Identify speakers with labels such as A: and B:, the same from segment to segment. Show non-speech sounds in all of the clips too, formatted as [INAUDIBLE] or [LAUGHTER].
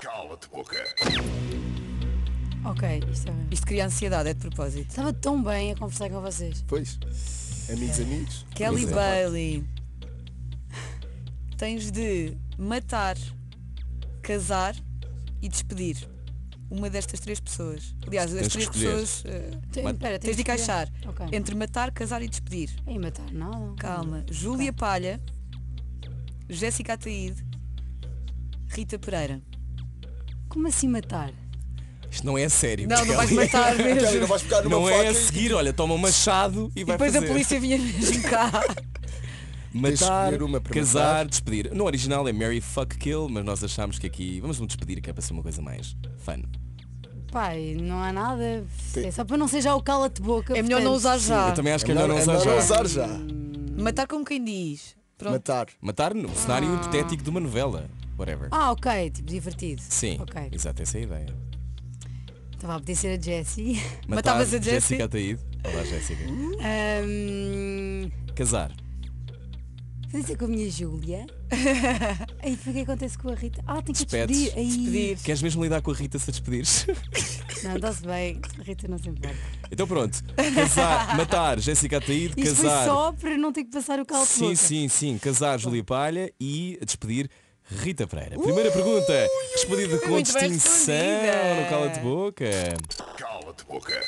A: Cala-te, boca.
B: Ok, isto, é... isto cria ansiedade, é de propósito.
C: Estava tão bem a conversar com vocês.
A: Pois. Amigos, amigos.
B: Kelly
A: Pois é.
B: Bailey. Tens de matar, casar e despedir uma destas três pessoas. Aliás, as
D: Tens que
B: três
D: escolher.
B: pessoas. eh,
C: Tem,
D: Mas-
C: pera,
B: tens de
C: que
B: encaixar
C: escolher. Ok.
B: entre matar, casar e despedir.
C: E matar, nada.
B: Calma. Júlia Palha, Jéssica Ataíde, Rita Pereira.
C: Como assim matar?
D: Isto não é a sério.
B: Não, não vais
D: Kelly.
B: matar
A: Kelly,
B: mesmo.
A: não vais pegar numa
D: Não
A: faca
D: é a
A: e-
D: seguir, olha, toma um machado e,
B: E
D: vai
B: depois
D: fazer.
B: a polícia vinha mesmo cá.
A: de
D: Matar,
A: escolher uma para
D: casar,
A: matar.
D: despedir. No original é Mary Fuck Kill, mas nós achámos que aqui vamos um despedir que é para ser uma coisa mais fun.
C: Pai, não há nada. É só para não ser já o cala-te-boca.
B: É melhor
C: portanto.
B: não usar já.
D: Eu também acho que é melhor não
A: é
D: usar
A: melhor
D: já.
A: não usar já.
B: Matar como quem diz. Pronto.
A: Matar.
D: Matar no cenário hipotético de uma novela. Whatever.
C: Ah, ok, tipo divertido.
D: Sim,
C: Ok.
D: exato, essa é a ideia.
C: Estava a obedecer a Jessie. [LAUGHS]
D: Matar
B: Matavas a Jessie?
D: Jéssica Ataíde. Olá, Jéssica.
C: Hum? Ahm,
D: Casar.
C: Fazer isso com a minha
B: [LAUGHS]
C: Júlia. Aí foi o que acontece com a Rita. Ah, tem que a
D: Despedes.
C: despedir. Aí.
B: Despedir.
D: Queres mesmo lidar com a Rita se a despedires? [LAUGHS]
C: Não, dá-se bem. A Rita não se importa.
D: então pronto. Casar, matar Jéssica Ataíde,
C: Isto foi
D: casar.
C: só para não ter que passar o calo
D: Sim, sim, sim. Casar Júlia Palha e despedir Rita Pereira. Primeira pergunta, respondida com
B: muito bem
D: distinção
B: respondida.
D: no cala de boca.
A: Cala-te, boca.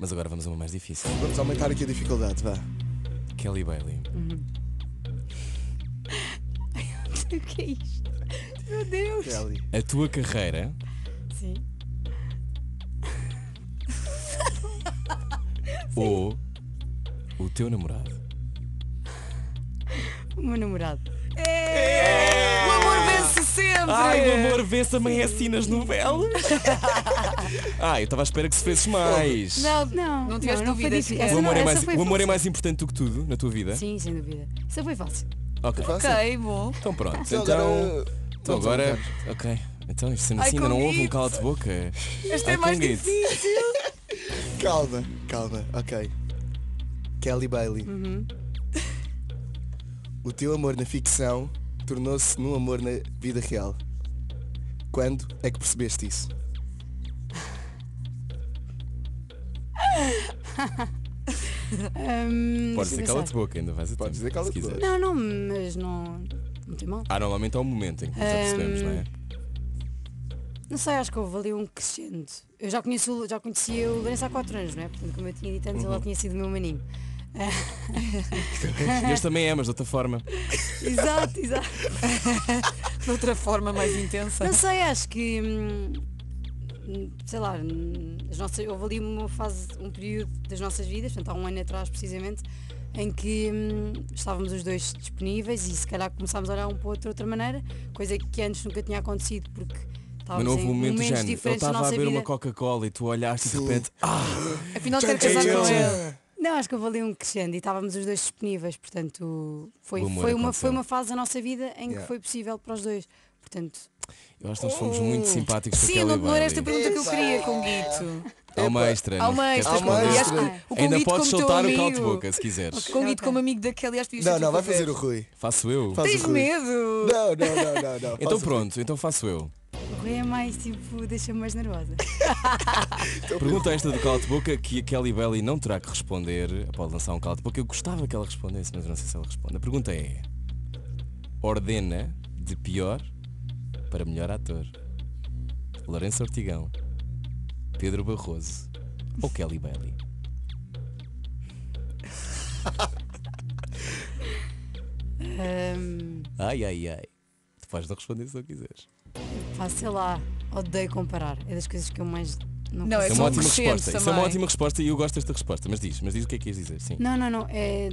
D: Mas agora vamos a uma mais difícil.
A: Vamos aumentar aqui a dificuldade, vá.
D: Kelly Bailey.
C: [LAUGHS] O que é isto? Meu Deus.
A: Kelly.
D: A tua carreira
C: Sim.
D: ou o teu namorado?
C: O meu namorado.
B: O amor vence sempre.
D: É. Ai, o amor vê-se também é assim nas novelas.
C: [LAUGHS]
D: Ai, eu estava à espera que se fez mais.
C: Não, não.
B: não tiveste
C: foi
B: dúvidas,
C: difícil.
B: esquece.
C: Essa
D: O amor,
C: não- essa
D: é, mais,
C: foi
D: o amor é
C: fácil.
D: mais importante do que tudo na tua vida?
C: Sim, sem dúvida. Isso foi fácil.
D: Ok.
B: Ok, bom.
D: Então pronto.
A: Então
D: Então,
A: agora-
D: então
A: vamos
D: agora. Ok. Então, isto sendo
B: Ai,
D: assim, ainda não
B: com
D: houve um
B: guito.
D: cala de boca.
B: Este é
D: Ai, Ah, com
B: mais
D: guito.
B: difícil.
A: Calma, calma, ok. Kelly Bailey.
B: Uhum.
A: O teu amor na ficção tornou-se num amor na vida real. Quando é que percebeste isso?
C: Hum,
D: Podes
C: deixa
D: dizer
C: eu
D: cala de
C: pensar.
D: boca, ainda vais a tempo,
A: Podes dizer cala-te
D: se quiseres.
A: boca.
C: Não, não, mas não. Não tem mal.
D: Ah, normalmente é o momento em que nos
C: Hum.
D: apercebemos, não é?
C: Não sei, acho que houve ali um crescendo. Eu já, conheço, o- já conhecia o Lourenço há 4 anos, não é? Portanto, como eu tinha dito antes,
D: Uhum.
C: ele tinha sido meu maninho.
D: Deus também é, mas de outra forma.
B: Oh,
C: exato, [LAUGHS] exato.
B: De outra forma mais intensa.
D: Tá.
C: Não sei, acho que. hum, hum, Sei lá, hum, as nossas, houve ali uma fase, um período das nossas vidas, portanto, há um ano atrás precisamente, em que hum, estávamos os dois disponíveis e se calhar começámos a olhar um para o outro de outra maneira, coisa que antes nunca tinha acontecido porque
D: Mas
C: estávamos
D: não houve
C: em
D: um momento do
C: momentos
D: género. Ele
C: diferentes da
D: estava a
C: nossa
D: beber
C: vida.
D: uma Coca-Cola e tu olhaste e de
A: Sim.
D: repente. Ah!
B: Afinal quero casar
D: É
B: com ele.
C: Não, acho que houve ali um crescendo e estávamos os dois disponíveis, portanto foi,
D: O amor
C: foi, uma,
D: aconteceu.
C: foi uma fase da nossa vida em que
A: Yeah.
C: foi possível para os dois. Portanto,
D: Eu acho que nós fomos muito simpáticos com
B: Sim,
D: Kelly
B: não,
A: é
B: não era esta a
D: Bailey.
B: pergunta que eu queria, Conguito.
D: Há uma extra.
B: Há uma extra.
A: Há
D: Queres
A: uma extra.
B: E
D: responder?
B: acho que o
D: Ainda
B: convite
D: podes
B: como teu
D: soltar o cala de
B: amigo.
D: boca se quiseres.
B: Conguito
C: Ok.
B: como amigo da Kelly, acho que devias
A: Não,
B: ter
A: não,
B: tipo
A: vai
B: a ver.
A: fazer o Rui.
D: Faço eu.
A: Faz
B: Tens
A: o Rui.
B: medo?
A: Não, não, não, não, não.
D: Então
A: Faz o
D: pronto, então faço eu.
C: o Rui é mais tipo, deixa-me mais nervosa.
D: Pergunta esta do cala de boca que a Kelly Belly não terá que responder. Pode lançar um cala de boca. Eu gostava que ela respondesse, mas eu não sei se ela responde. A pergunta é: Ordena de pior para melhor ator. Lourenço Ortigão, Pedro Barroso ou Kelly Bailey?
C: Ahm,
D: Ai, ai, ai. Tu podes não responder se não quiseres.
C: pá, sei lá, odeio comparar. É das coisas que eu mais não
B: Não, é
C: consigo.
B: só
D: Isso é uma
B: um
D: ótima
B: crescente
D: resposta. Isso é uma
B: também.
D: ótima resposta e eu gosto desta resposta. Mas diz, mas diz o que é que ias dizer. Sim.
C: Não, não, não. É...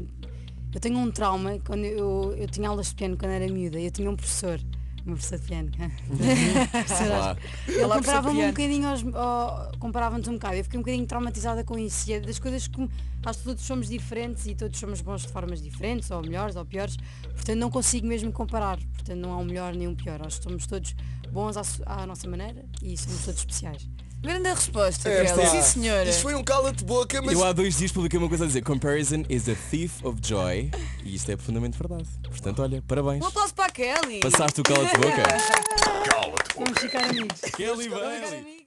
C: Eu tenho um trauma quando eu, eu tinha aulas de piano quando era miúda. Eu tinha um professor, um professor de piano. [LAUGHS]
D: Olá.
C: Ele
B: Olá, professor
C: comparava-me um
B: Piano.
C: bocadinho aos. ao- comparava-nos um bocado. Eu fiquei um bocadinho traumatizada com isso. E é das coisas que acho que todos somos diferentes e todos somos bons de formas diferentes, ou melhores, ou piores. Portanto, não consigo mesmo comparar. Portanto, não há um melhor nem um pior. Acho que somos todos bons à, su- à nossa maneira e somos todos especiais.
B: Grande a resposta,
A: É,
B: Kelly.
A: pá.
B: Sim, senhora.
A: Isto foi um cala-te-boca, mas...
D: Eu há dois dias publiquei uma coisa a dizer Comparison is a thief of joy E isto é profundamente verdade Portanto, olha, parabéns
B: Um aplauso para a
E: Kelly!
D: Passaste o cala de boca?
B: Vamos ficar amigos.
D: Kelly
B: Vamos ficar
D: Bailey!
B: amigos.